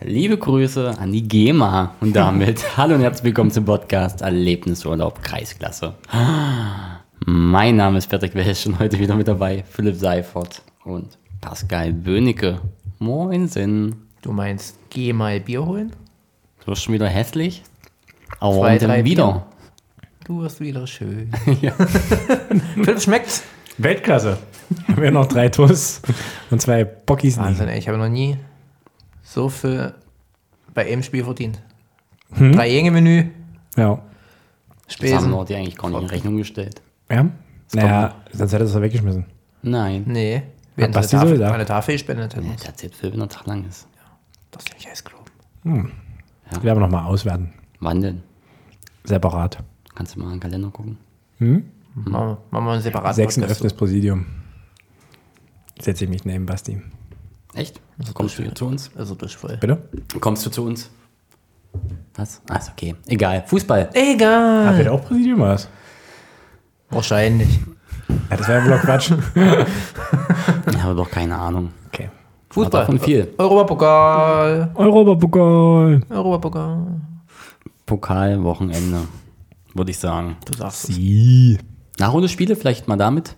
Liebe Grüße an die GEMA und damit hallo und herzlich willkommen zum Podcast Erlebnisurlaub Kreisklasse. Mein Name ist Patrick Welsch und heute wieder mit dabei Philipp Seifert und Pascal Böhnecke. Moinsen. Du meinst, geh mal Bier holen? Du wirst schon wieder hässlich? Aber Zwei, warum drei, denn wieder? Du wirst wieder schön. Philipp schmeckt's. Weltklasse. Haben wir noch drei Tours und zwei Bockys. Wahnsinn, ey, ich habe noch nie so viel bei einem Spiel verdient. Drei Gänge Menü, Ja. Das haben wir Spesen. dir eigentlich gar nicht in Rechnung gestellt. Ja? Naja, sonst hätte er es doch weggeschmissen. Nein. Nee, wir hätten eine Basti soll Tafel, da. eine Tafel gespendet. Hätten. Ja, Der erzählt Philipp noch Tag lang ist. Das ist nicht heiß gelogen. Die werden wir nochmal auswerten. Wann denn? Separat. Kannst du mal in den Kalender gucken? Machen wir- machen wir einen separaten Sechsten Podcast öffnes Präsidium. Setze ich mich neben Basti. Echt? Kommst du wieder zu uns? zu. Also durch voll. Bitte? Kommst du zu uns? Was? Ah, ist okay. Egal. Fußball. Egal. Habt ihr da auch Präsidium oder was? Wahrscheinlich. Ja, das war ja wohl auch Quatsch. Ich habe doch keine Ahnung. Okay. Aber davon viel. Europapokal. Europapokal. Europapokal. Pokalwochenende, würde ich sagen. Du sagst es. Die. Nachrundespiele vielleicht mal damit?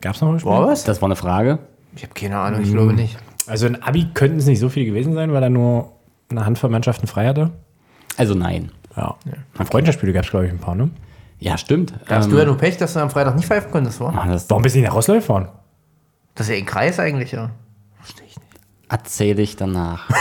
Gab's noch ein Spiel? War was? Das war eine Frage. Ich habe keine Ahnung, ich glaube nicht. Also in Abi könnten es nicht so viele gewesen sein, weil er nur eine Handvoll Mannschaften frei hatte. Also nein. Ja. Freundschaftsspiele gab es, glaube ich, ein paar, ne? Ja, stimmt. Da hast du ja nur Pech, dass du am Freitag nicht pfeifen konntest, war? Mann, das Warum bist du nicht nach Roslau gefahren? Das ist ja ein Kreis eigentlich, ja. Verstehe ich nicht. erzähle ich danach.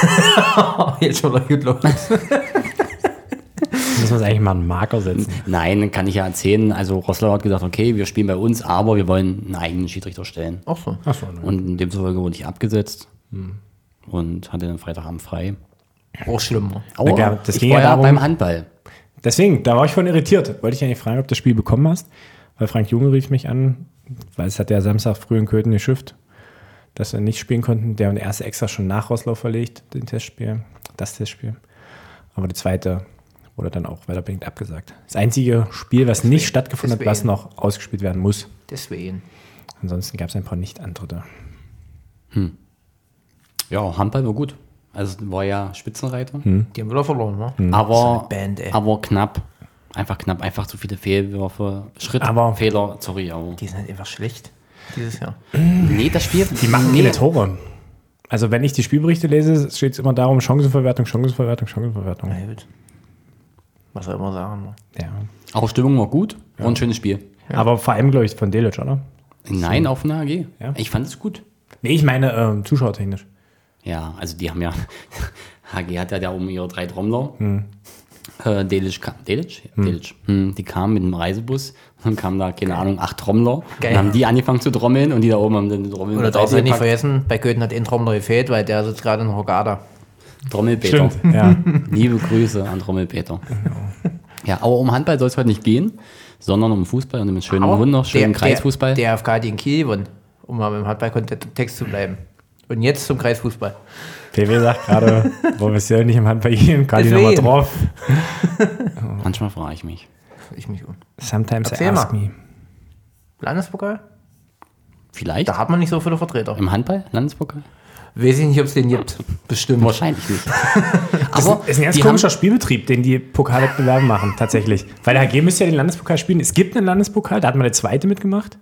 Oh, jetzt schon mal gut los. Müssen wir uns eigentlich mal einen Marker setzen. nein, kann ich ja erzählen. Also Rosslau hat gesagt, okay, wir spielen bei uns, aber wir wollen einen eigenen Schiedsrichter stellen. Auch so. Achso, ne. Und in dem Folge wurde ich abgesetzt Hm. und hatte dann Freitagabend frei. Auch schlimmer. Aua, Ja, das ich ging war ja ja darum- beim Handball. Deswegen, da war ich von irritiert. Wollte ich eigentlich fragen, ob du das Spiel bekommen hast, weil Frank Junge rief mich an, weil es hat ja Samstag früh in Köthen geschifft, dass wir nicht spielen konnten. Der und der erste extra schon nach Roslau verlegt, den Testspiel, das Testspiel. Aber der zweite wurde dann auch weiterbedingt abgesagt. Das einzige Spiel, was nicht stattgefunden hat, was deswegen. noch ausgespielt werden muss. Deswegen. Ansonsten gab es ein paar Nicht-Antritte. Ja, Handball war gut. Also es war ja Spitzenreiter. Die haben wieder verloren, ne? Aber, Das ist eine Band, ey. aber knapp. Einfach knapp, einfach zu viele Fehlwürfe. Schritt, Aber- Fehler, sorry, aber. Die sind halt einfach schlecht. Dieses Jahr. Nee, das Spiel. Die machen nee. viele Tore. Also wenn ich die Spielberichte lese, steht es immer darum, Chancenverwertung, Chancenverwertung, Chancenverwertung. Na gut. Was soll immer sagen, ne? Ja. Aber Stimmung war gut. War ein schönes Spiel. Aber vor allem, glaube ich, von Delic, oder? Nein, auf einer AG. Ja. Ich fand es gut. Nee, ich meine ähm, zuschauertechnisch. Ja, also die haben ja. HG hat ja da um ihre drei Trommler. Äh, Delic kam. Delic? Ja, Delic. Hm, die kamen mit dem Reisebus und dann kamen da, keine Ahnung, acht Trommler. Geil. Und haben die angefangen zu trommeln und die da oben haben dann die Trommeln. Oder mit darfst du nicht reingepackt. vergessen, bei Goethen hat ein Trommler gefehlt, weil der sitzt gerade in Hogada. Trommelpeter. Ja. Liebe Grüße an Trommelpeter. Ja, aber um Handball soll es heute nicht gehen, sondern um Fußball und um einen schönen, wunderschönen Kreisfußball. Der, der FK gegen Kiel gewonnen, um mal im Handball-Kontext zu bleiben. Und jetzt zum Kreisfußball. PW sagt gerade, wo wir ja nicht im Handball gehen, Kali Deswegen. nochmal drauf. Manchmal frage ich mich. Ich mich um. Sometimes Erzähl I ask mal. me. Landespokal? Vielleicht? Da hat man nicht so viele Vertreter. Im Handball? Landespokal? Weiß ich nicht, ob es den gibt. Bestimmt. Wahrscheinlich nicht. aber ist ein ganz die komischer haben, Spielbetrieb, den die Pokalwettbewerbe machen, tatsächlich. Weil der HG müsste ja den Landespokal spielen. Es gibt einen Landespokal, da hat man eine zweite mitgemacht.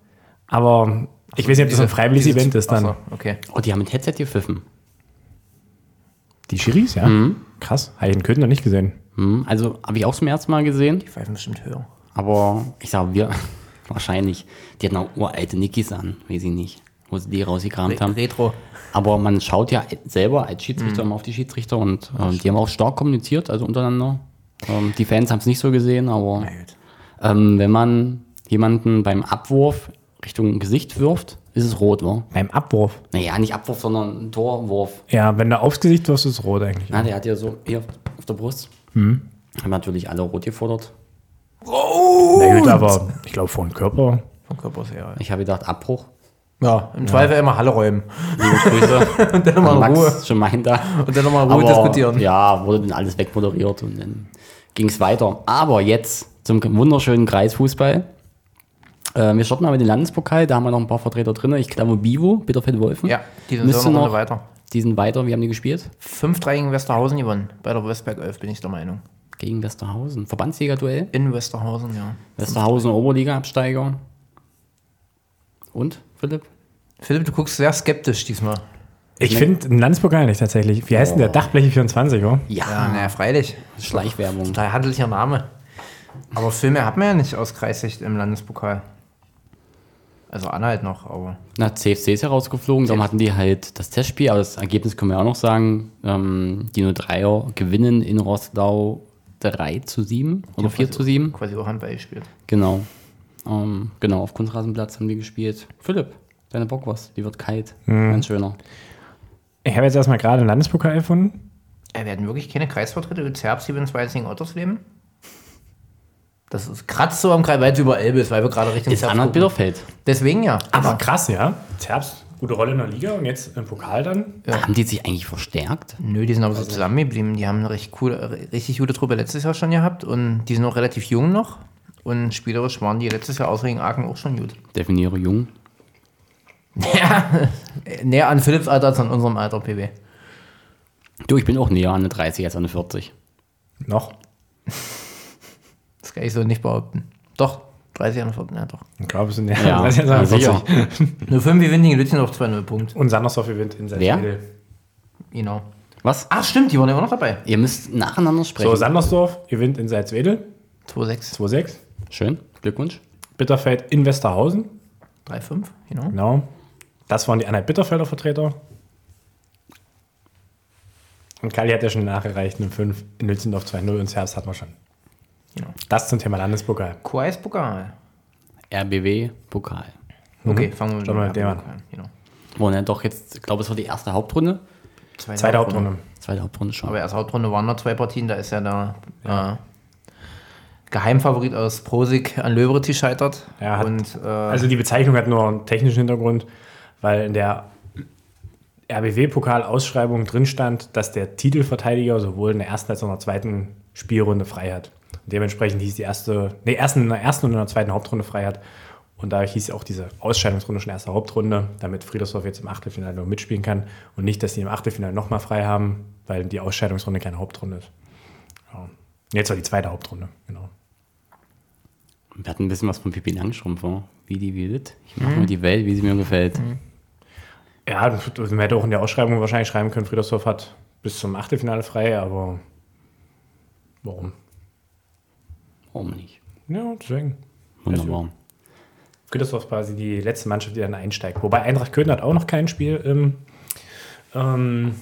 Aber ich weiß nicht, ob das ein freiwilliges Dieses- Event ist dann. Ach so, okay. oh, die haben mit Headset gepfiffen. Die Schiris, ja? Krass, habe ich in Köthen noch nicht gesehen. Hm, also habe ich auch zum ersten Mal gesehen, Die pfeifen bestimmt höher. aber ich sage, wir wahrscheinlich. Die hatten auch uralte Nikis an, weiß ich nicht, wo sie die rausgekramt haben. Retro. Aber man schaut ja selber als Schiedsrichter immer auf die Schiedsrichter und ähm, die haben auch stark kommuniziert, also untereinander. Ähm, die Fans haben es nicht so gesehen, aber ähm, wenn man jemanden beim Abwurf Richtung Gesicht wirft, ist es rot, wa? Beim Abwurf. Naja, nicht Abwurf, sondern Torwurf. Ja, wenn du aufs Gesicht wirst, ist es rot eigentlich. Na, der hat ja so hier auf der Brust. Haben natürlich alle rot gefordert. Na gut, aber ich glaube, vor dem Körper. Vom Körper aus her. Ich habe gedacht, Abbruch. Ja, im Zweifel immer Halle räumen. Liebe Grüße. Und dann nochmal Max Ruhe. schon meint da. Und dann noch mal Ruhe diskutieren. Ja, wurde dann alles wegmoderiert und dann ging es weiter. Aber jetzt zum wunderschönen Kreisfußball. Äh, wir starten mal mit dem Landespokal, da haben wir noch ein paar Vertreter drin. Ich glaube, Bivo, Bitterfeld Wolfen. Ja, die sind müsste so eine Runde noch weiter. Die sind weiter. Wie haben die gespielt? 5-3 gegen Westerhausen gewonnen. Bei der Westberg 11 bin ich der Meinung. Gegen Westerhausen. Verbandsliga-Duell. In Westerhausen, ja. Westerhausen Oberliga-Absteiger. Und, Philipp? Philipp, du guckst sehr skeptisch diesmal. Ich finde einen Landsburger nicht tatsächlich. Wie heißt denn der? Dachbleche 24, oh? Ja, naja, freilich. Schleichwerbung. Total handlicher Name. Aber viel mehr hat man ja nicht aus Kreisicht im Landespokal. Also Anhalt noch, aber. Na, CFC ist ja rausgeflogen, darum hatten die halt das Testspiel, aber das Ergebnis können wir auch noch sagen. Ähm, die 03er gewinnen in Roslau 3 zu 7 oder 4 zu 7. Quasi auch Handball gespielt. Genau. Ähm, genau, auf Kunstrasenplatz haben die gespielt. Philipp, deine Bockwurst, die wird kalt. Mhm. Ganz schöner. Ich habe jetzt erstmal gerade einen Landespokal gefunden. Äh, wir hatten wirklich keine Kreisvertritte mit Zerb 27 gegen Ottersleben. Das ist kratzt so am Kreis, weil es über Elbe ist, weil wir gerade Richtung Ist Anhalt gucken. Bitterfeld. Deswegen ja. Aber krass, ja. Zerbst, gute Rolle in der Liga und jetzt im Pokal dann. Haben die sich eigentlich verstärkt? Nö, die sind aber so zusammengeblieben. Die haben eine richtig, coole, richtig gute Truppe letztes Jahr schon gehabt und die sind auch relativ jung noch. Und spielerisch waren die letztes Jahr außer gegen Aachen auch schon gut. Definiere jung. Ja, Äh, näher an Philipps Alter als an unserem Alter, PB. Du, ich bin auch näher an eine 30 als an eine 40. Noch. Das kann ich so nicht behaupten. Doch, 30 an 14, ja doch. Ich glaube, es sind ja, Ja, das ist jetzt ja, 41. sicher. Nur 5 gewinnen gegen Lützen auf 2-0 Punkt. Und Sandersdorf gewinnt in Salzwedel. Genau. Was? Ach, stimmt, die waren ja auch noch dabei. Ihr müsst nacheinander So, sprechen. Sandersdorf gewinnt in Salzwedel 2-6, 2-6. Schön. Glückwunsch. Bitterfeld in Westerhausen. 3-5, genau. Genau. Das waren die Anhalt Bitterfelder Vertreter. Und Kali hat ja schon nachgereicht, eine 5 in Lützendorf 2-0 und Zerbst hat man schon. Genau. Das zum Thema Landespokal. Kuais Pokal. RBW Pokal. Okay, fangen wir Mhm. Schauen wir mit dem an. Pokal. Genau. Wo ja doch jetzt, ich glaube, es war die erste Hauptrunde. Zweite Hauptrunde. Zweite Hauptrunde schon. Aber erst Hauptrunde waren noch zwei Partien, da ist ja der Äh, Geheimfavorit aus Prosig an Löberti scheitert. Ja, hat- und äh, Also die Bezeichnung hat nur einen technischen Hintergrund, weil in der RBW-Pokal-Ausschreibung drin stand, dass der Titelverteidiger sowohl in der ersten als auch in der zweiten Spielrunde frei hat. Und dementsprechend hieß die erste, nee, ersten in der ersten und in der zweiten Hauptrunde frei hat. Und dadurch hieß auch diese Ausscheidungsrunde schon erste Hauptrunde, damit Friedersdorf jetzt im Achtelfinale noch mitspielen kann und nicht, dass die im Achtelfinale nochmal frei haben, weil die Ausscheidungsrunde keine Hauptrunde ist. Ja. Jetzt war die zweite Hauptrunde, genau. Wir hatten ein bisschen was von Pipi Langstrumpf, oh. wie die wie wird. Ich Mhm. mache mir die Welt, wie sie mir gefällt. Ja, also, man hätte auch in der Ausschreibung wahrscheinlich schreiben können, Friedersdorf hat bis zum Achtelfinale frei, aber warum? Warum nicht? Ja, deswegen. Wunderbar. Friedersdorf ist quasi die letzte Mannschaft, die dann einsteigt. Wobei Eintracht Köthen hat auch noch kein Spiel im ähm,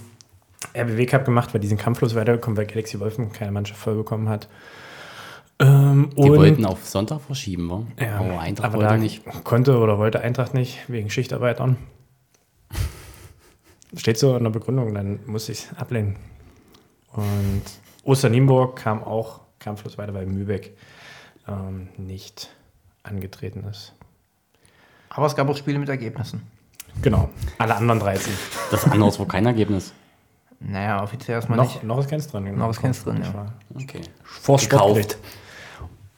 RBW Cup gemacht, weil die sind kampflos weitergekommen, weil Galaxy Wolfen keine Mannschaft vollbekommen hat. Ähm, Die und- wollten auf Sonntag verschieben, wa? Ja, Aber Eintracht aber wollte da nicht. Konnte oder wollte Eintracht nicht, wegen Schichtarbeitern. Steht so in der Begründung, dann muss ich es ablehnen. Und Osternimburg kam auch kampflos weiter, weil Mübeck ähm, nicht angetreten ist. aber es gab auch Spiele mit Ergebnissen. Genau, alle anderen 13. Das andere ist wohl kein Ergebnis. Naja, offiziell erstmal noch, nicht. noch ist keins drin. genau. Noch ist keins drin, ja. Okay. Vor Gekauft. Sportgericht.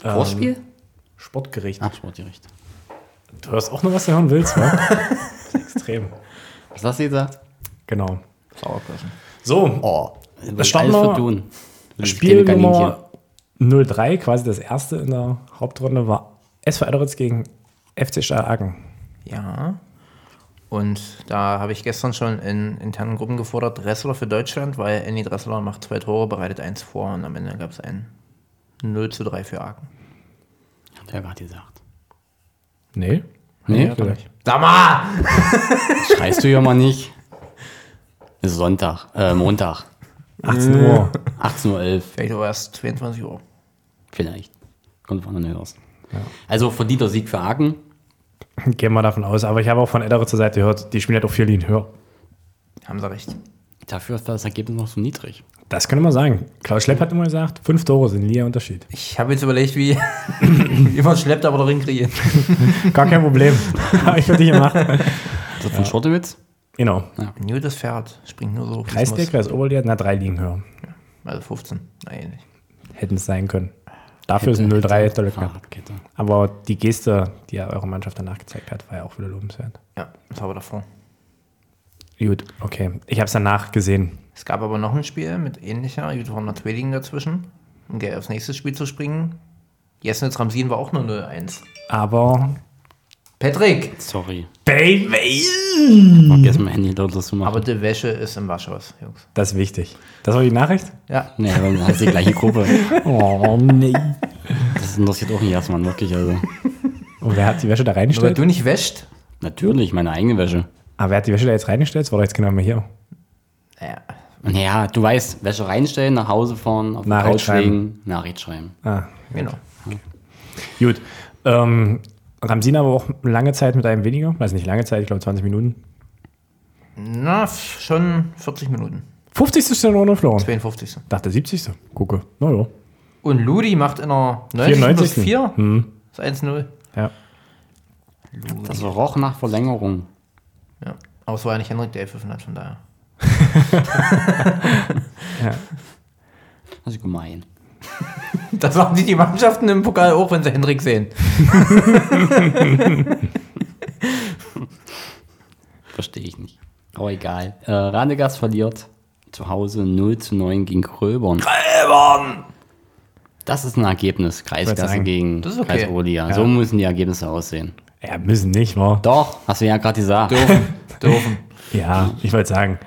Ähm, Vorspiel? Ah. Sportgericht. Ach, Sportgericht. Du hörst auch noch, was du hören willst, ne? das ist extrem. Was hast du gesagt? Genau. Sauerkirschen. So, Oh, das starten alles wir- vertun. Das Spiel gelbe Kaninchen. Nummer 03, quasi das erste in der Hauptrunde, war SV Eideritz gegen FC Stahl Aachen. Ja. Und da habe ich gestern schon in internen Gruppen gefordert, Dressler für Deutschland, weil Andy Dressler macht zwei Tore, bereitet eins vor und am Ende gab es ein 0 zu 3 für Aachen. Hat er gerade gesagt. Nee. Nee, hat er nicht. Sag mal! schreist du ja mal nicht. Es ist Sonntag, äh, Montag, 18 Uhr. 18.11 Uhr. Vielleicht aber erst 22 Uhr. Vielleicht. Kommt von anderen heraus. Also verdienter Sieg für Aachen. Gehen wir davon aus. Aber ich habe auch von Eideritz zur Seite gehört, die spielen ja doch vier Linien höher. Haben sie recht. Dafür ist das Ergebnis noch so niedrig. Das könnte man sagen. Klaus Schlepp hat immer gesagt, fünf Tore sind ein Liga Unterschied. Ich habe jetzt überlegt, wie, wie man schleppt, aber darin kriegen. Gar kein Problem. habe ich für dich gemacht. Ist das von Schortewitz? Genau. Nur das Pferd springt nur so. wie es Kreis der muss. Kreis Oberliga, na, drei Ligen höher. Also 15. Nein, nicht. Hätten es sein können. Dafür ist ein 0-3 dolle Ah, knapp. Fahrradkette. Aber die Geste, die ja eure Mannschaft danach gezeigt hat, war ja auch wieder lobenswert. Ja, das war aber davor. Gut, okay. Ich habe es danach gesehen. Es gab aber noch ein Spiel mit ähnlicher, gut, war noch Trading dazwischen, um gleich aufs nächste Spiel zu springen. Jesnitz Ramsin war auch nur 0-1. Aber Patrick! Sorry. Baby! Vergessen mein Handy lautlos zu machen. Aber die Wäsche ist im Waschhaus, Jungs. Das ist wichtig. Das war die Nachricht? Ja. nee, aber das ist die gleiche Gruppe. Oh, nee. Das interessiert auch nicht erstmal, wirklich. Also. Und wer hat die Wäsche da Nur weil reingestellt? du nicht wäscht? Natürlich, meine eigene Wäsche. Aber wer hat die Wäsche da jetzt reingestellt? Das war doch jetzt genau mal hier. Naja. Naja, du weißt, Wäsche reinstellen, nach Hause fahren, auf die Nachricht Couch legen, Nachricht schreiben. Ah, Genau. Gut. Ähm, Ramsin aber auch lange Zeit mit einem weniger. Weiß nicht, lange Zeit, ich glaube 20 Minuten. Na, f- schon 40 Minuten. 50. ist der Runde verloren. 52. Dachte 70. Gucke. Na ja. Und Ludi macht in der 90 94. plus 4. Ist 1-0. ja. Das roch Also nach Verlängerung. Ja. Aber es war ja nicht Henrik, der gepfiffen hat, von daher. Das ist gemein. Das machen die, die Mannschaften im Pokal auch, wenn sie Henrik sehen. Verstehe ich nicht. Aber egal. Äh, Radegast verliert zu Hause 0 zu 9 gegen Kröbern. Das ist ein Ergebnis. Wollte Kreisklasse sagen, gegen das ist okay. Kreisrolia. So müssen die Ergebnisse aussehen. Ja, müssen nicht, wa? Doch, hast du ja gerade gesagt. Dürfen. Dürfen. Ja, ich wollte sagen,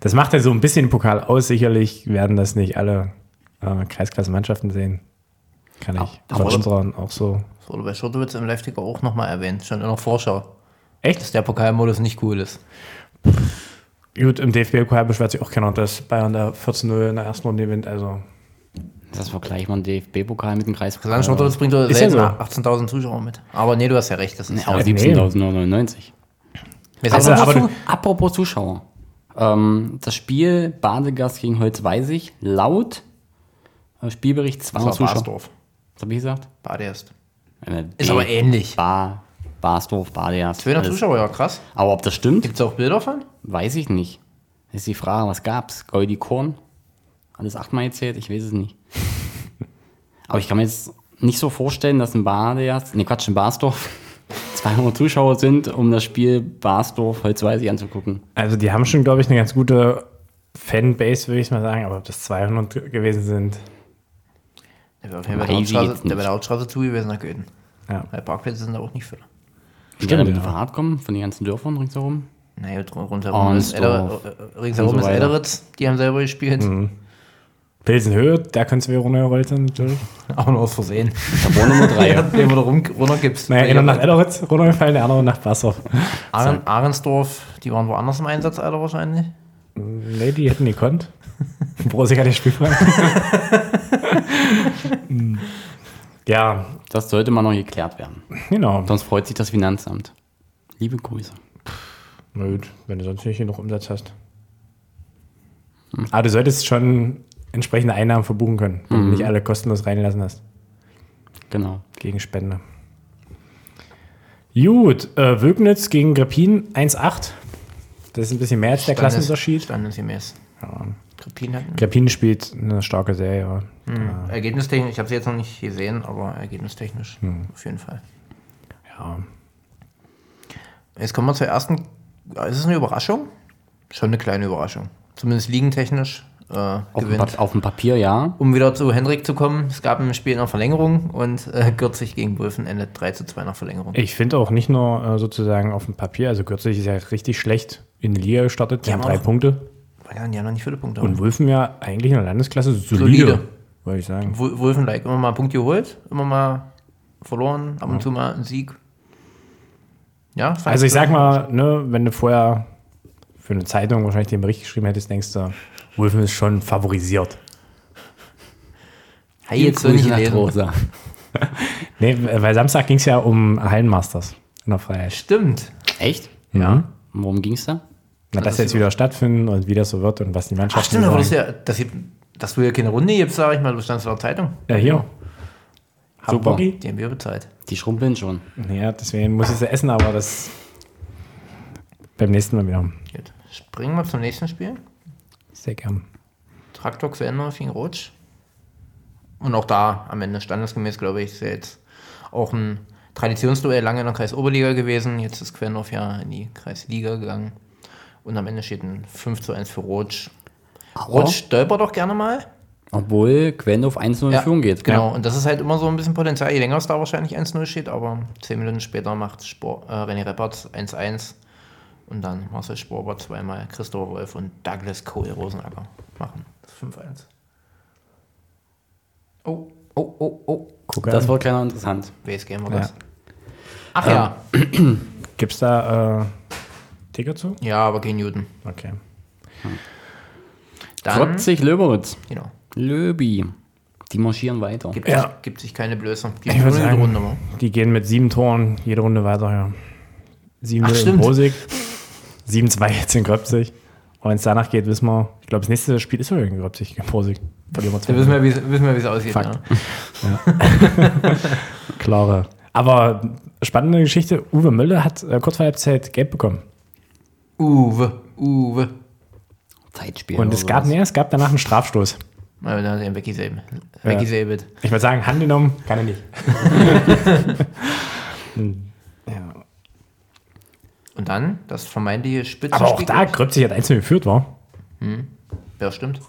das macht ja so ein bisschen den Pokal aus. Sicherlich werden das nicht alle äh, Kreisklasse-Mannschaften sehen. Kann ich Aber- von aber- unseren auch so. Das wurde bei Schurtowitz im Live-Ticker auch nochmal erwähnt, schon in der Vorschau. Echt? Dass der Pokalmodus nicht cool ist. Gut, im DFB-Pokal beschwert sich auch keiner, dass Bayern da 14-0 in der ersten Runde gewinnt. Also, Das vergleicht man DFB-Pokal mit dem Kreispokal. Dann Schurtowitz bringt doch Ist ja selten so. 18.000 Zuschauer mit. Aber nee, du hast ja recht, das ist Aber nee. 17.099. Mir ist Also, auch noch aber zu- du- Apropos Zuschauer. Ähm, das Spiel Badegast gegen Holzweisig laut äh, Spielbericht 200 Das war Zuschauer. Basdorf. Was habe ich gesagt? Bade erst. Äh, Ist B- aber ähnlich. Bar, Barsdorf, Badegast. 200 alles. Zuschauer, ja krass. also, Aber ob das stimmt, Gibt es auch Bilder von? weiß ich nicht. Ist die Frage, was gab's? Goldi Korn? Alles achtmal gezählt? Ich weiß es nicht. Aber ich kann mir jetzt nicht so vorstellen, dass ein Badegast, nee Quatsch, ein Barsdorf 200 Zuschauer sind, um das Spiel Barsdorf Holzweisig anzugucken. also die haben schon, glaube ich, eine ganz gute Fanbase, würde ich mal sagen. Aber ob das 200 ge- gewesen sind, Der wäre auf jeden Fall bei der Weiß ich Hauptstraße- jetzt der nicht. wäre der Hauptstraße zu gewesen nach Göden. ja. Weil Parkplätze sind da auch nicht für. Stimmt, damit ja. ja. Fahrrad kommen, von den ganzen Dörfern ringsherum. Naja, dr- rundherum ist, Arnsdorf. Edder, äh, ringsherum Und ist so weiter. Edderitz, die haben selber gespielt. Pilsenhöhe, da können es wieder runtergerollt sein, natürlich. Aber nur aus Versehen. Tabor Nummer 3. Ja, den du rum, runtergibst. Naja, einer nach Elleritz runtergefallen, der andere nach Bassow. Ahren, Ahrensdorf, die waren woanders im Einsatz, Alter, wahrscheinlich. Nee, die hätten gekonnt. Brosig hat den Spielfrei. Hm. ja, Das sollte mal noch geklärt werden. genau. Sonst freut sich das Finanzamt. Liebe Grüße. Na gut, wenn du sonst nicht genug Umsatz hast. Aber du solltest schon entsprechende Einnahmen verbuchen können, wenn du nicht alle kostenlos reinlassen hast. Genau. Gegen Spende. Gut, äh, Wögnitz gegen Grepin 1-8. Das ist ein bisschen mehr als der Klassenunterschied. Standesgemäß. Krepin hatten. Grepin spielt eine starke Serie. ja. Ergebnistechnisch, ich habe sie jetzt noch nicht gesehen, aber ergebnistechnisch auf jeden Fall. Ja. Jetzt kommen wir zur ersten. Ist es eine Überraschung? Schon eine kleine Überraschung. Zumindest liegentechnisch äh, Auf dem, gewinnt. Pa- auf dem Papier ja. Um wieder zu Henrik zu kommen, es gab ein Spiel in der Verlängerung und äh, Gürzig gegen Brüffen endet 3 zu 2 nach Verlängerung. Ich finde auch nicht nur äh, sozusagen auf dem Papier, also kürzlich ist ja richtig schlecht in die Liga gestartet, die Ja, haben aber drei auch- Punkte. Weil dann ja noch nicht viele Punkte Und haben. Wulfen ja eigentlich in der Landesklasse solide, Solide. solide. würde ich sagen. Wul- Wulfenleik, immer mal einen Punkt geholt, immer mal verloren, ab und zu mal einen Sieg. Ja, fand Also ich sag mal, ne, wenn du vorher für eine Zeitung wahrscheinlich den Bericht geschrieben hättest, denkst du, Wulfen ist schon favorisiert. hey, jetzt soll ich Grüße nach lesen. Rosa. Nee, weil Samstag ging es ja um Hallenmasters in der Freiheit. Stimmt. Echt? Ja. Und Worum ging's da? Na, dass jetzt wieder stattfinden und wie das so wird und was die Ach, Mannschaft stimmt, aber das ist ja, das hier, dass du hier keine Runde gibst, sage ich mal, du standst in der Zeitung. ja, hier. Haben Super. Bocky? Die haben wir bezahlt. Die schrumpeln schon. Ja, deswegen muss ich sie essen, aber das beim nächsten Mal wieder. Gut. Springen wir zum nächsten Spiel. Sehr gern. Traktor Quellendorf gegen Rutsch. Und auch da am Ende standesgemäß, glaube ich, ist ja jetzt auch ein Traditionsduell lange in der Kreisoberliga gewesen. Jetzt ist Quellendorf ja in die Kreisliga gegangen. Und am Ende steht ein 5 zu 1 für Rotsch. Rotsch stolpert doch gerne mal. Obwohl Quendorf 1-0 in Führung geht. Genau, und das ist halt immer so ein bisschen Potenzial. Je länger es da wahrscheinlich 1-0 steht, aber 10 Minuten später macht Spor, äh, René Reppertz 1-1. Und dann Marcel Sporber zweimal, Christopher Wolf und Douglas Cole Rosenacker machen. 5-1. Oh, oh, oh, oh. Guck, das war kleiner interessant. WSG haben wir Ähm, das. Ach ja. Gibt es da äh, Ticker zu? Ja, aber gegen Newton. Okay. Dann, 40 Löberitz. genau. Löbi. Die marschieren weiter. Gibt, Ja. sich, gibt sich keine Blöße. Die Ich würde holen die sagen, Runde mal. die gehen mit sieben Toren jede Runde weiter. Ja. 7 Ach, 0 in stimmt. Brosig, 7-2 jetzt in Gröpzig. Und wenn es danach geht, wissen wir, ich glaube, das nächste Spiel ist sogar in Gröpzig, gegen Brosig. Verlieren wir Da zwei. wissen wir, wie es- wissen wir, wie es aussieht. Fakt. Ne? Klare. Aber spannende Geschichte, Uwe Müller hat äh, kurz vor der Halbzeit Geld bekommen. Uwe, Uwe. Zeitspiel. Und oder es gab, sowas. nee, es gab danach einen Strafstoß. Aber dann hat er ihn weggesäbelt. Ja. Weggesäbelt. Ich würde sagen, Hand genommen, kann er nicht. ja. Und dann das vermeintliche Spitzenspiel. Aber auch da, Gröpzig hat einzeln geführt, war. Ja, stimmt.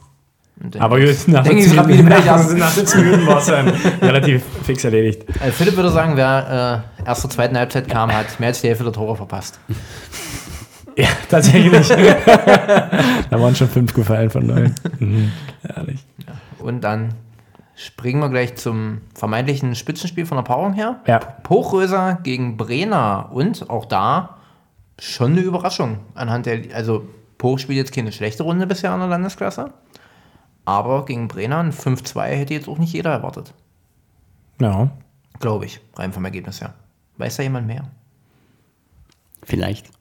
Und dann- Aber gut, nach Denke ich 17 grad Minuten, wieder gleich nach, ab. nach 17 Minuten war es dann relativ fix erledigt. Äh, Philipp würde sagen, wer äh, erst zur zweiten Halbzeit kam, hat mehr als die Hälfte der Tore verpasst. Ja, tatsächlich. da waren schon fünf gefallen von neun. Mhm. Ehrlich. Und dann springen wir gleich zum vermeintlichen Spitzenspiel von der Paarung her. Ja, Hochröser gegen Brena und auch da schon eine Überraschung anhand der, also Poch spielt jetzt keine schlechte Runde bisher in der Landesklasse, aber gegen Brena ein 5-2 hätte jetzt auch nicht jeder erwartet, ja. glaube ich, rein vom Ergebnis her. Weiß da jemand mehr? Vielleicht.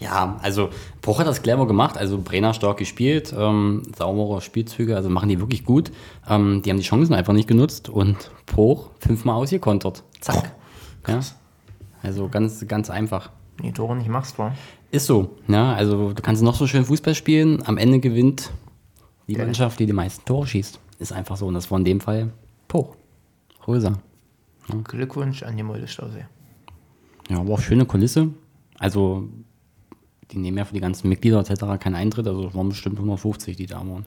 Ja, also Poch hat das clever gemacht. Also Brenner stark gespielt, ähm, sauberer Spielzüge, also machen die wirklich gut. Ähm, die haben die Chancen einfach nicht genutzt und Poch fünfmal ausgekontert. Zack. Ja. Also ganz, ganz einfach. Wenn Die Tore nicht machst, war. Ist so. Ja, also du kannst noch so schön Fußball spielen, am Ende gewinnt die Ja. Mannschaft, die die meisten Tore schießt. Ist einfach so. Und das war in dem Fall Poch. Röser. Glückwunsch an die Mulde-Stausee. Ja, aber auch schöne Kulisse. Also, die nehmen ja für die ganzen Mitglieder etc. keinen Eintritt. Also, es waren bestimmt 150, die da waren.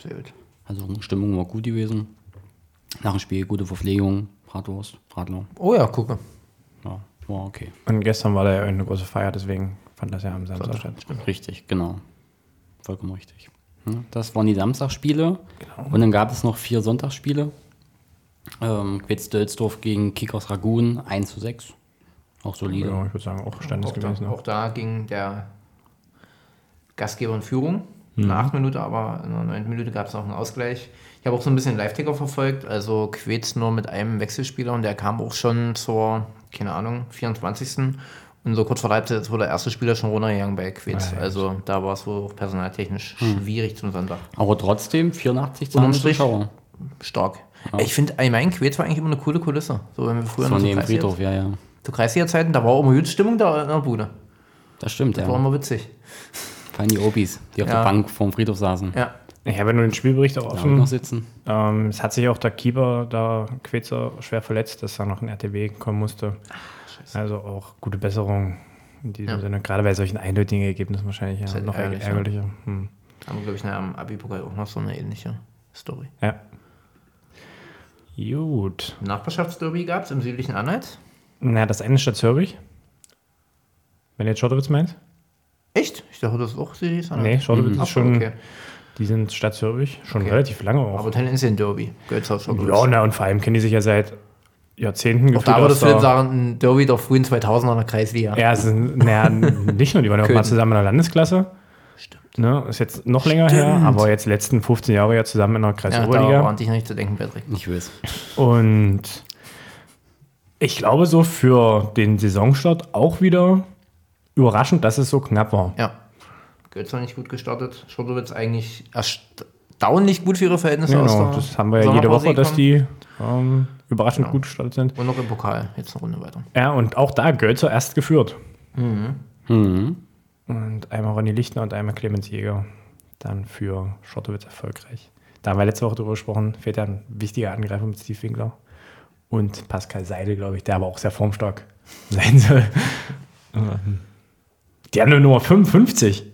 Sehr gut. Also, die Stimmung war gut gewesen. Nach dem Spiel gute Verpflegung, Bratwurst, Radler. Oh ja, gucke. Ja, war okay. Und gestern war da ja eine große Feier, deswegen fand das ja am Samstag statt. Richtig, genau. Vollkommen richtig. Hm, Das waren die Samstagspiele. Und dann gab es noch vier Sonntagsspiele. Ähm, Quetzdölzdorf gegen Kickers Ragun 1 zu 6. Auch solide. Ja, ich würde sagen, auch Auch da, standesgemäß. ne? auch da ging der Gastgeber in Führung. In der 8 Minute, aber in der 9. Minute gab es noch einen Ausgleich. Ich habe auch so ein bisschen Live-Ticker verfolgt, also Quetz nur mit einem Wechselspieler und der kam auch schon zur, keine Ahnung, 24. Und so kurz vor der Halbzeit wurde der erste Spieler schon runtergegangen bei Quetz. Ah, ja. also da war es wohl auch personaltechnisch schwierig zum Sonntag. Aber trotzdem 84 zu Unterm 1 Strich. Zuschauer. Stark. Ich finde, allgemein Quetz war eigentlich immer eine coole Kulisse. So, wenn wir früher So noch neben Kreisliga- Friedhof, ja, ja. zu Kreisliga-Zeiten, da war auch immer gut Stimmung da in der Bude. Das stimmt, ja. War immer witzig. Vor allem die Obis, die auf Ja. der Bank vorm Friedhof saßen. Ja. Ich habe ja nur den Spielbericht auch Da wird noch offen. sitzen. Ähm, es hat sich auch der Keeper, der Quetzer, schwer verletzt, dass da noch ein RTW kommen musste. Also auch gute Besserung in diesem Ja. Sinne. Gerade bei solchen eindeutigen Ergebnissen wahrscheinlich ja, halt noch ärgerlich, ärgerlich, ne? ärgerlicher. Hm. Haben wir, glaube ich, am Abi-Pokal auch noch so eine ähnliche Story. Ja. Gut. Nachbarschaftsderby gab es im südlichen Anhalt. Na, das eine ist statt Zürich. Wenn du jetzt Schottowitz meinst? Echt? Ich dachte, das ist auch südliches Anhalt. Nee, Ah. Schottowitz Mhm. Ach ist so, schon, okay. die sind statt Zürich schon Okay. relativ lange auch. Aber tendenziell ein Derby. Götzhaus schon. ja, na, und vor allem kennen die sich ja seit Jahrzehnten Auch da aus würdest du jetzt der- sagen, ein Derby der frühen 2000er der Kreisliga. Ja, es sind, naja, nicht nur, die waren ja auch mal Köthen. zusammen in der Landesklasse. Stimmt. Ne, ist jetzt noch länger her, aber jetzt letzten 15 Jahre ja zusammen in der ja da Kreisoberliga. war an dich noch nicht zu denken, Patrick. Ich weiß. Und ich glaube so für den Saisonstart auch wieder überraschend, dass es so knapp war. Ja. Götz nicht gut gestartet. Schottowitz eigentlich erstaunlich gut für ihre Verhältnisse aus Genau, der das haben wir ja jede Sommerpause Woche, dass gekommen. die ähm, überraschend gut gestartet sind. Und noch im Pokal. Jetzt eine Runde weiter. Ja, und auch da Götzer erst geführt. Hm, Und einmal Ronny Lichtner und einmal Clemens Jäger. Dann für Schottowitz erfolgreich. Da haben wir letzte Woche drüber gesprochen, fehlt ja ein wichtiger Angreifer mit Steve Winkler. Und Pascal Seidel, glaube ich, Ähm, der aber auch sehr formstark sein soll. Die haben eine Nummer 55.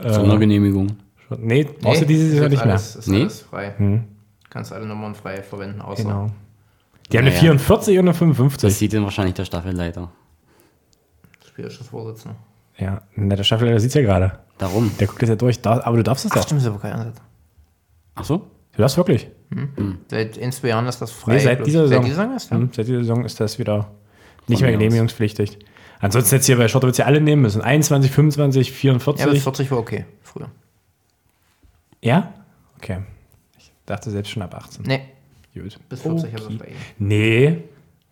Äh, Sondergenehmigung. nee, brauchst du diese ist jetzt Saison nicht mehr. Hm. alles, Ist Nee? alles frei. Kannst alle Nummern frei verwenden, außer. Genau. Die haben eine Naja. 44 und eine Das 55. sieht dann wahrscheinlich der Staffelleiter. Spielerisches Vorsitzender. Ja, na, der Schaffeler sieht ja gerade. Darum. Der guckt das ja durch. Da, aber du darfst es Ach, doch. stimmt, ist aber kein Ansatz. Ach so? Du darfst wirklich. Seit ein, zwei Jahren ist das frei. Nee, seit bloß- dieser Saison. Seit dieser Saison ist ja. Hm, seit dieser Saison ist das wieder Von nicht mehr mir aus. genehmigungspflichtig. Ansonsten jetzt hier bei Schott wird's ja alle nehmen müssen. 21, 25, Ja, bis 44. 40 war okay, früher. Ja? Okay. Ich dachte selbst schon ab 18. Nee, Gut. bis 40 okay. okay. ist es frei. Nee.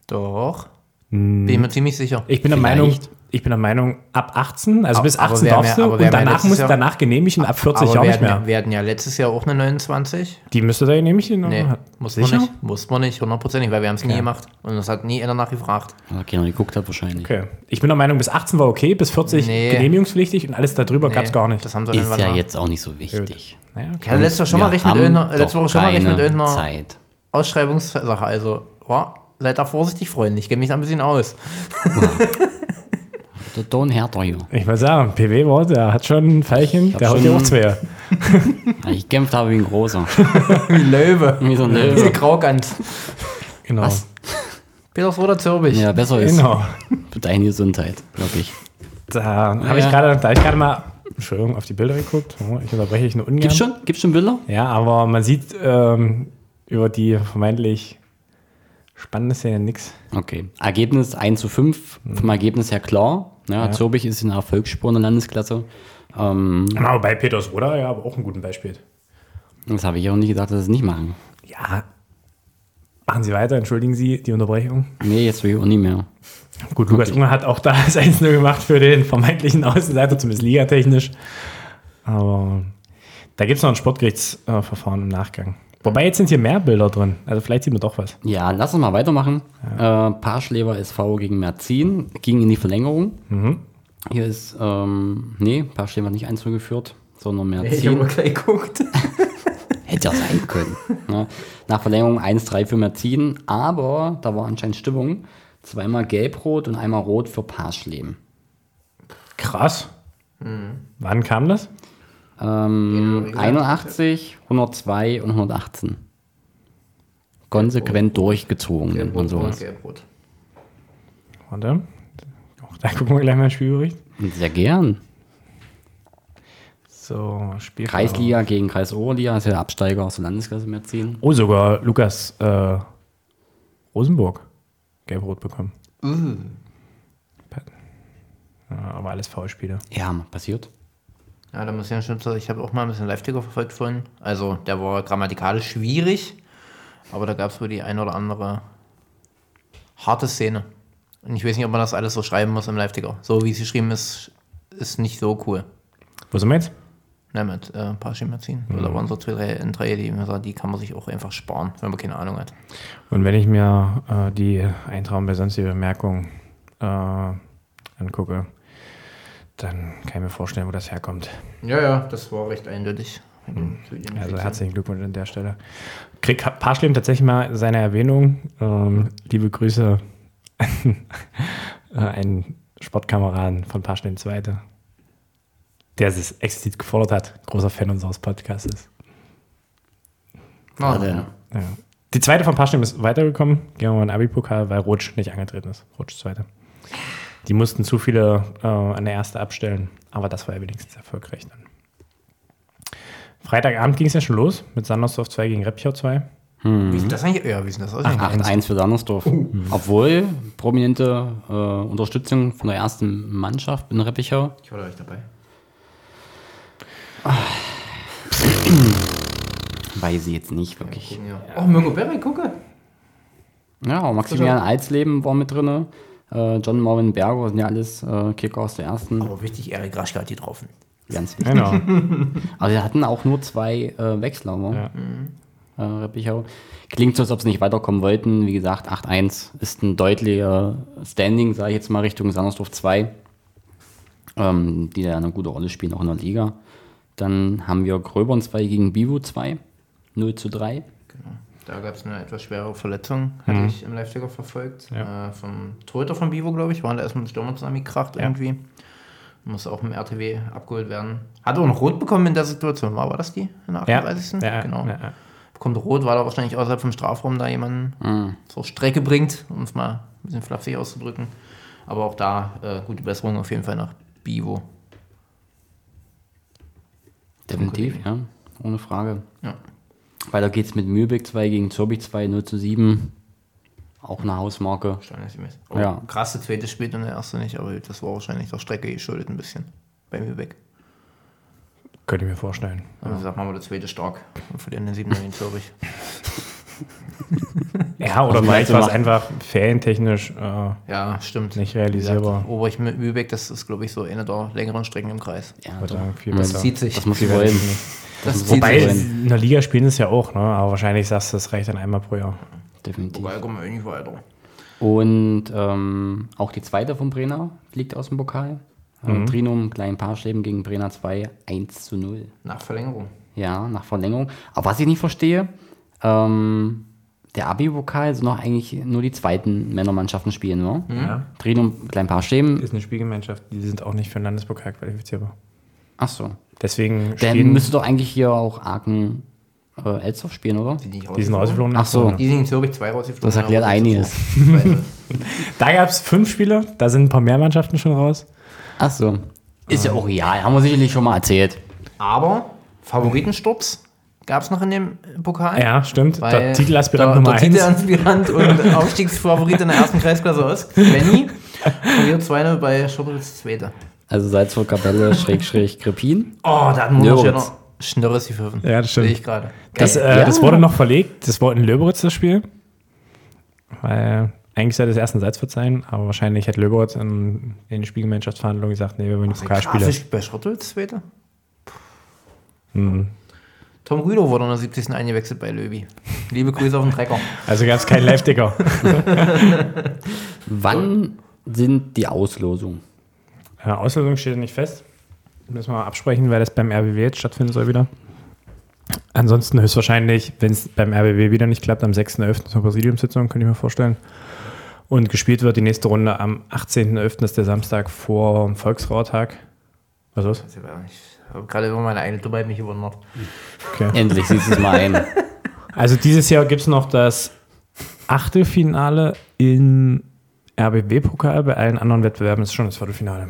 Doch. Hm. Bin ich mir ziemlich sicher. Ich bin der Vielleicht. Meinung, ich bin der Meinung, ab 18, also Aber- bis aber 18 wer darfst mehr- du aber und wer mehr danach letztes musst du Jahr- danach genehmigen, ab 40 auch wir, nicht hatten, mehr. wir hatten ja letztes Jahr auch eine 29. Die müsste da genehmigen? Nee, oder? muss Sicher? man nicht. Muss man nicht, hundertprozentig, weil wir haben es nie gemacht. Und uns hat nie einer nachgefragt. Hat keiner geguckt hat wahrscheinlich. Okay. Ich bin der Meinung, bis 18 war okay, bis 40 Nee. genehmigungspflichtig und alles darüber Nee, gab's gar nicht. Das haben sie Ist irgendwann ja nach- jetzt auch nicht so wichtig. Naja, okay. Ich hatte letzte Woche schon mal Wir recht mit haben irgendeiner, doch letzte Woche schon mal recht mit keine irgendeiner Zeit. Ausschreibungssache. Also, boah, seid da vorsichtig, Freunde. Ich kenne mich da ein bisschen aus. Der Don Herter hier. Ich würde sagen, PW war, der hat schon ein Pfeilchen, hab der haut schon- dir auch zwei. Weil Ich gekämpft habe wie ein großer. Wie Löwe. Wie so ein Wie eine Löwe. Graugans. Genau. Petersroder Zirbich. Ja, besser ist. Genau. Für deine Gesundheit, wirklich. Da habe ich Ja. gerade, da hab ich gerade mal, Entschuldigung, auf die Bilder geguckt. Oh, Ich unterbreche dich nur ungern. Gibt's schon? Gibt's schon Bilder? Ja, aber man sieht ähm, über die vermeintlich spannende Szene nichts. Okay. Ergebnis 1 zu 5. Vom Ergebnis her klar. Ja, Ja. Zürbich ist in der Erfolgsspur in der Landesklasse. Ähm, Genau, bei Peters Roder, ja, aber auch ein gutes Beispiel. das habe ich auch nicht gedacht, dass sie es nicht machen. Ja. Machen Sie weiter, entschuldigen Sie die Unterbrechung. Nee, jetzt will ich auch nicht mehr. Gut, Lukas Unger hat auch da das 1 gemacht für den vermeintlichen Außenseiter, zumindest ligatechnisch. Aber da gibt es noch ein Sportgerichtsverfahren im Nachgang. Wobei jetzt sind hier mehr Bilder drin. Also vielleicht sieht man doch was. Ja, lass uns mal weitermachen. Äh, Parschleber SV gegen Merzin ging in die Verlängerung. Mhm. Hier ist, ähm, nee, Parschleber nicht einzugeführt, sondern Ich habe Merzin. nur gleich geguckt. Hätte ja sein können. ne? Nach Verlängerung 1-3 für Merzin, aber da war anscheinend Stimmung. Zweimal gelb-rot und einmal rot für Parschleben. Krass. Wann kam das? Ähm, Ja, wie 81, 102 und 118. Konsequent durchgezogen, nennt man sowas. Gelbrot. Warte. Auch da gucken wir gleich mal den Spielbericht. Sehr gern. So, Spiel. Kreisliga gegen Kreis Oberliga, ist ja der Absteiger aus der Landesklasse Merzin. Oh, sogar Lukas äh, Rosenburg gelb-rot bekommen. Äh. Ja, aber alles Foulspiele. Ja, passiert. Ja, da muss ich ja schon sagen, ich habe auch mal ein bisschen Live-Ticker verfolgt vorhin. Also, der war grammatikalisch schwierig, aber da gab es wohl die ein oder andere harte Szene. Und ich weiß nicht, ob man das alles so schreiben muss im Live-Ticker. So wie es geschrieben ist, ist nicht so cool. Wo sind wir jetzt? Ne, mit äh, Parchimazin. Mhm. Da waren so zwei, drei Enträge, die mir sagen, die kann man sich auch einfach sparen, wenn man keine Ahnung hat. Und wenn ich mir äh, die Eintragen bei sonstige Bemerkungen äh, angucke, dann kann ich mir vorstellen, wo das herkommt. Ja, ja, das war recht eindeutig. Also herzlichen Glückwunsch an der Stelle. Krieg Parschlem tatsächlich mal seine Erwähnung. Ähm, liebe Grüße an äh, einen Sportkameraden von Parschlem Zweite, der es explizit gefordert hat. Großer Fan unseres Podcastes. Ah, Warte. ja. Ja. Die zweite von Parschlem ist weitergekommen. Gehen wir mal in den Abi-Pokal, weil Rutsch nicht angetreten ist. Rutsch Zweite. Die mussten zu viele äh, an der Erste abstellen, aber das war ja wenigstens erfolgreich dann. Freitagabend ging es ja schon los mit Sandersdorf 2 gegen Repchow 2. Wie ist denn das eigentlich? Ja, wie ist denn das aus? 8-1 für Sandersdorf. Obwohl prominente äh, Unterstützung von der ersten Mannschaft in Reppichau. Ich war da nicht dabei. Weiß ich jetzt nicht wirklich. Ja. Oh, Mirko Berry, gucke. Ja, auch Maximilian Alsleben war mit drin. Äh, John Marvin Berger sind ja alles äh, Kicker aus der ersten. Aber wichtig, Erik Raschke hat die getroffen. Ganz wichtig. Genau. Aber wir hatten auch nur zwei äh, Wechsler, wa? Ja. Äh, Reppichau. Klingt so, als ob sie nicht weiterkommen wollten. Wie gesagt, 8-1 ist ein deutlicher Standing, sage ich jetzt mal, Richtung Sandersdorf 2, ähm, die da eine gute Rolle spielen, auch in der Liga. Dann haben wir Gröbern 2 gegen Bivu 2, 0 zu 3. Genau. Da gab es eine etwas schwere Verletzung, hatte ich im Live-Ticker verfolgt. Mhm. Ja. Äh, vom Torhüter von Bivo, glaube ich, waren da erstmal mit dem Stürmer zusammengekracht irgendwie. Muss auch im RTW abgeholt werden. Hat auch noch Rot bekommen in der Situation. War, war das die? In der 38. Ja, genau. ja, ja. Bekommt Rot, weil er wahrscheinlich außerhalb vom Strafraum da jemanden Mhm. zur Strecke bringt, um es mal ein bisschen flapsig auszudrücken. Aber auch da äh, gute Besserung auf jeden Fall nach Bivo. Definitiv, ja. Ohne Frage. Ja. Weiter geht's mit Mühlbeck 2 gegen Zorbik 2, 0 zu 7. Auch eine Hausmarke. Standesgemäß. Ja. Krass, der zweite spielt und der erste nicht, aber das war wahrscheinlich der Strecke geschuldet ein bisschen. Bei mir weg. Könnte ich mir vorstellen. Aber ich sag mal, der zweite stark. Und für den den sieben den glaube ich. Ja, oder Also vielleicht meinst du war es machen- einfach ferientechnisch äh, Ja, stimmt. nicht realisierbar. Oberich mit Lübeck, das ist, glaube ich, so eine der längeren Strecken im Kreis. Ja, Ich würde doch. sagen, viel Das besser. zieht sich. das muss sie Ja, wollen. Das muss zieht sie Wobei, sich. wollen. in der Liga spielen ist ja auch, ne? aber wahrscheinlich sagst du, das reicht dann einmal pro Jahr. Definitiv. Wobei kommen wir nicht weiter. Und ähm, auch die zweite von Brenner fliegt aus dem Pokal. Mhm. Trinum, kleinen Paarstäben gegen Brenner 2, 1 zu 0. Nach Verlängerung. Ja, nach Verlängerung. Aber was ich nicht verstehe, ähm, der Abi-Pokal soll noch eigentlich nur die zweiten Männermannschaften spielen, ne? Mhm. Ja. Trinum, klein Paarstäben. Ist eine Spielgemeinschaft, die sind auch nicht für den Landespokal qualifizierbar. Achso. Deswegen Dann spielen müsste doch eigentlich hier auch Aachen äh, Elsdorf spielen, oder? Sind die nicht die sind rausgeflogen. Ach so. Die sind in Zürich zwei rausgeflogen. Das erklärt aber einiges. Ich weiß es. Da gab es fünf Spiele, da sind ein paar mehr Mannschaften schon raus. Achso. Ist ja auch real, haben wir sicherlich schon mal erzählt. Aber Favoritensturz gab es noch in dem Pokal. Ah Ja, stimmt. Weil Der Titelaspirant der- Nummer der 1. Titelaspirant und Aufstiegsfavorit in der ersten Kreisklasse aus. Benny verliert 2-0 bei Schoppels Zweite. Also Salzburg, Kapelle, Schräg, Schräg, Krepin. Oh, da hat nur Nürnberg. noch Schnörres gepfiffen. Ja, das stimmt. Sehe ich gerade. Das, äh, Ja. das wurde noch verlegt. Das war in Löberitz das Spiel. Weil eigentlich sollte es erst in Salzburg sein, aber wahrscheinlich hat Löberitz in, in den Spielgemeinschaftsverhandlungen gesagt, nee, wir wollen die Pokalspiele. Grafisch bei Schottels Zweite? Mhm. Tom Rüdow wurde in der 70. eingewechselt bei Löwy. Liebe Grüße auf den Trecker. Also gab es keinen Live-Ticker. Wann sind die Auslosungen? Ja, Äh, Auslösung steht nicht fest. Müssen wir mal absprechen, weil das beim RBW jetzt stattfinden soll wieder. Ansonsten höchstwahrscheinlich, wenn es beim RBW wieder nicht klappt, am 6.11. zur Präsidiumssitzung, könnte ich mir vorstellen. Und gespielt wird die nächste Runde am 18.11., das ist der Samstag vor dem Volksrautag. Was ist? Ich habe gerade über meine eigene Dummheit mich gewundert. Okay. Endlich sieht es mal ein. Also dieses Jahr gibt es noch das Achtelfinale im RBW-Pokal. Bei allen anderen Wettbewerben ist schon das Viertelfinale.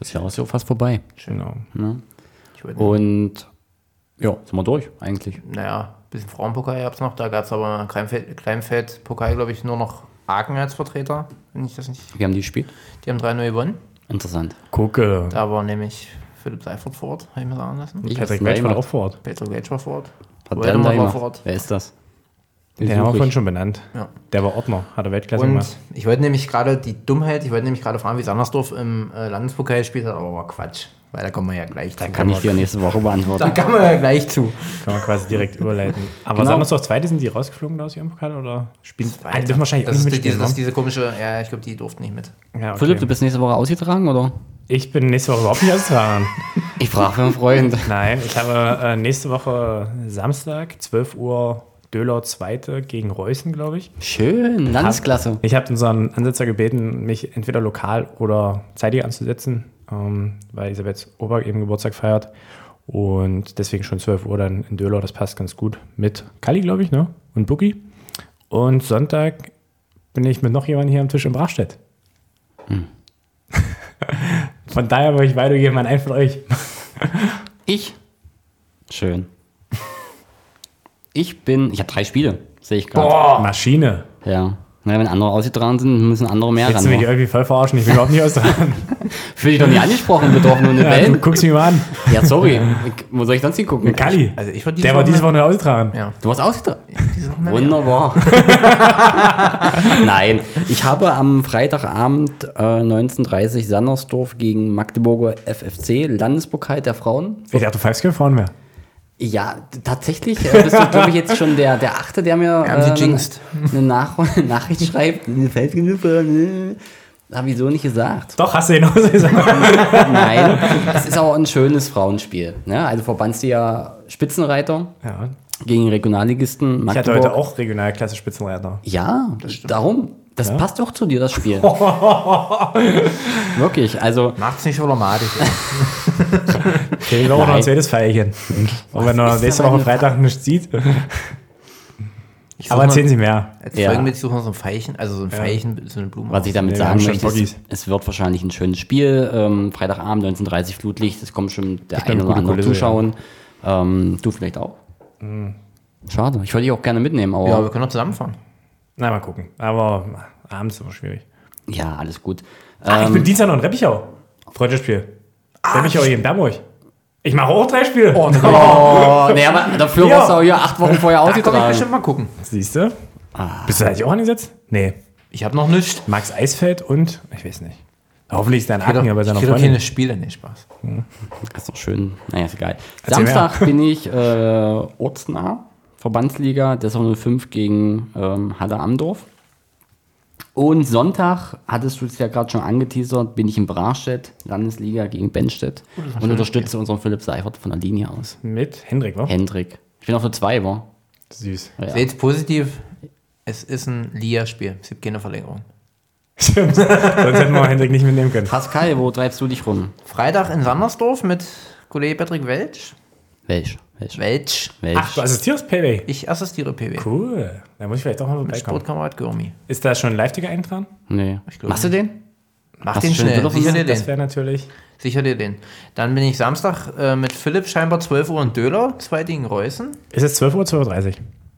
Das Jahr ist ja auch fast vorbei. Genau. Ne? Ich wollte- Und ja, sind wir durch eigentlich. naja, ein bisschen Frauenpokal gab es noch. Da gab es aber Kleinfeld- Kleinfeld-Pokal, glaube ich, nur noch Aachen als Vertreter. Wenn ich das nicht. Wir haben die gespielt. Die haben 3-0 gewonnen. Interessant. Gucke. Da war nämlich Philipp Seifert vor Ort, habe ich mir sagen lassen. Ich Patrick hab's neu Welch war gemacht. auch vor Ort. Petro Gage war vor Ort. Hat Wollte der denn mal da vor gemacht? Ort. Wer ist das? Den haben wir vorhin schon benannt. Ja. Der war Ordner, hat er Weltklasse Und gemacht. ich wollte nämlich gerade die Dummheit, ich wollte nämlich gerade fragen, wie Sandersdorf im äh, Landespokal gespielt hat, aber war Quatsch. Weil da kommen wir ja gleich zu. Kann ich dir nächste Woche Da beantworten. kommen wir ja gleich zu. Kann man quasi direkt überleiten. Aber Genau. sagen wir es doch, zweite sind die rausgeflogen da aus ihrem Pokal oder spielen? Ah, die dürfen wahrscheinlich auch das nicht ist die, diese, mitspielen. das ist ne? diese komische, ja, ich glaube, die durften nicht mit. Ja, okay. Philipp, du bist nächste Woche ausgetragen, oder? ich bin nächste Woche überhaupt nicht ausgetragen. Ich frage für einen Freund. Nein, ich habe äh, nächste Woche Samstag, 12 Uhr, Döler Zweite gegen Reußen, glaube ich. Schön, Landesklasse. Ich habe unseren Ansetzer gebeten, mich entweder lokal oder zeitiger anzusetzen, ähm, weil Elisabeth Oberg eben Geburtstag feiert. Und deswegen schon 12 Uhr dann in Döler, das passt ganz gut mit Kali, glaube ich, ne? Und Buki. Und Sonntag bin ich mit noch jemandem hier am Tisch in Brachstedt. Hm. von daher würde ich weitergeben an einen von euch. Ich? Schön. Ich bin, ich habe drei Spiele, sehe ich gerade. Maschine. Ja. Naja, wenn andere ausgetragen sind, müssen andere mehr Jetzt will ich ran. irgendwie voll verarschen, ich bin überhaupt nicht aus dran. Fühl dich doch nicht angesprochen, wir brauchen nur eine Ja, du Welt. guckst mich mal an. Ja, sorry. Ich- Wo soll ich sonst hingucken? Kali, Also ich war diese der war Woche- diese Woche nicht ausgetragen. Ja. Du warst ausgetragen. Diese Woche- Wunderbar. Nein, ich habe am Freitagabend äh, 19.30 Sandersdorf gegen Magdeburger FFC, Landespokal Halt der Frauen. Ich dachte, du pfeifst keine Frauen mehr. Ja, t- tatsächlich äh, bist du, glaube ich, jetzt schon der, der Achte, der mir haben sie äh, jinxed. eine, Nach Nachricht schreibt. Mir fällt genug, äh, Hab ich so nicht gesagt. Doch, hast du ihn ausgesagt. Nein, es ist aber ein schönes Frauenspiel. Ne? Also Verbandsliga Spitzenreiter Ja. gegen Regionalligisten Ich Magdeburg. hatte heute auch Regionalklasse Spitzenreiter. Ja, darum. Das passt auch zu dir, das Spiel. Wirklich, also Macht's nicht problematisch. Kriegen wir auch noch Nein. ein zweites Feierchen. Und wenn er ist nächste denn Woche eine Freitag nicht sieht. Ich such Aber mal- erzählen Sie mehr. Als Ja. Folgenbild suchen wir so ein Veilchen, also so ein Veilchen, so eine Blume. Was ich damit Nee, wir sagen haben schon möchte, ist, Boggis. es wird wahrscheinlich ein schönes Spiel. Ähm, Freitagabend, 19.30 Flutlicht. Es kommen schon der Bestimmt eine oder gute andere Kulisse, zuschauen. Ähm, du vielleicht auch. Mhm. Schade. Ich wollte dich auch gerne mitnehmen, aber ja, ja, wir können doch zusammenfahren. Oh, Na, mal gucken. Aber ah, abends ist immer schwierig. alles gut. Ach, ich Ähm, Ah, bin Dienstag noch in Reppichau. Freundschaftsspiel. Reppichau hier in Damburg. Ich mache auch drei Spiele. Oh, oh, nee, aber dafür Ja. warst du auch hier acht Wochen vorher Da komm ich ausgetragen. bestimmt mal gucken. Siehst du? Ah. Bist du eigentlich auch angesetzt? Nee. Ich habe noch nichts. Max Eisfeld und ich weiß nicht. Hoffentlich ist dein Ich Haken hier bei seiner krieg doch keine Freundin. Spiele, nee, Spaß. Das ist doch schön. Naja, ist egal. Erzähl mehr. Samstag bin ich äh, ortsnah. Verbandsliga, Dessau 05 gegen ähm, Halle Amdorf. Und Sonntag, hattest du es ja gerade schon angeteasert, bin ich in Brarstedt, Landesliga gegen Benstedt und unterstütze unseren Philipp Seifert von der Linie aus. Mit Hendrik, wa? Hendrik. Ich bin auf der 2, war. Süß. Ja. Seht's positiv. Es ist ein Lia-Spiel. Es gibt keine Verlängerung. Stimmt. Sonst hätten wir Hendrik nicht mitnehmen können. Pascal, wo treibst du dich rum? Freitag in Sandersdorf mit Kollege Patrick Welch. Welch? Welch? Welch. Welch? Ach, du assistierst Payway. Ich assistiere PW. Cool. Da muss ich vielleicht auch mal vorbeikommen. Sportkamerad Gürmi. Ist da schon ein Live-Ticker eingetragen? nee. Ich glaub Machst du den? Mach Hast den du schon schnell. Bilder von Sicher mir? dir Das den. wäre natürlich. Sicher dir den. Dann bin ich Samstag äh, mit Philipp scheinbar 12 Uhr in Döler, zwei gegen Reußen. Ist es 12 Uhr, 12.30 Uhr?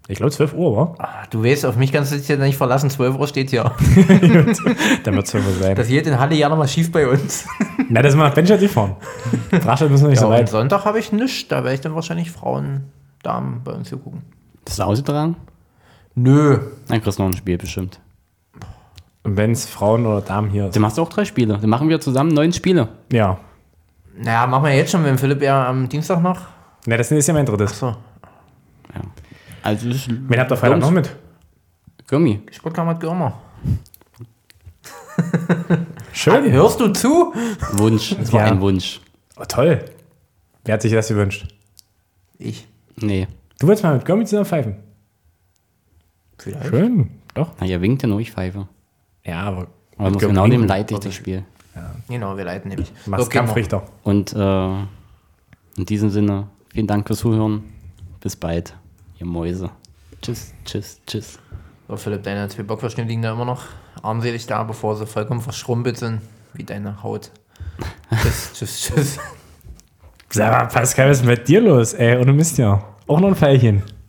Ich glaube 12 Uhr, wa? Ah, du weißt, auf mich kannst du dich ja nicht verlassen. 12 Uhr steht hier. Dann wird 12 Uhr sein. Das hielt in Halle ja nochmal schief bei uns. Na, das macht Benjamin die Form. Raschel müssen wir nicht Ja, so und weit. Sonntag habe ich nichts. Da werde ich dann wahrscheinlich Frauen, Damen bei uns hier gucken. Das ist ausgetragen? Nö. Dann kriegst du noch ein Spiel bestimmt. Und wenn es Frauen oder Damen hier ist. Dann machst du auch drei Spiele. Dann machen wir zusammen neun Spiele. Ja. Naja, machen wir jetzt schon, wenn Philipp ja am Dienstag noch. Na, das ist ja mein drittes. So, Also, das ist Wen habt ihr Freitag Jungs. noch mit? Gummi. Sportkamerad Gürmer. Schön. Hörst du zu? Wunsch. Es war Ja. ein Wunsch. Oh, toll. Wer hat sich das gewünscht? Ich. Nee. Du willst mal mit Gommi zusammen pfeifen. Vielleicht. Schön. Doch. Na, ihr winkt ja nur, ich pfeife. Ja, aber. Aber man muss genau dem leite ich das Spiel. Genau, wir leiten nämlich. genau. Machst Okay, Kampfrichter. Und äh, in diesem Sinne, vielen Dank fürs Zuhören. Bis bald, ihr Mäuse. Tschüss, tschüss, tschüss. So, Philipp, deine zwei Bockwürstchen liegen da immer noch armselig da, bevor sie vollkommen verschrumpelt sind, wie deine Haut. Tschüss, tschüss, tschüss. Sag mal, Pascal, was ist mit dir los? Ey, und du Mist ja. Auch noch ein Pfeilchen.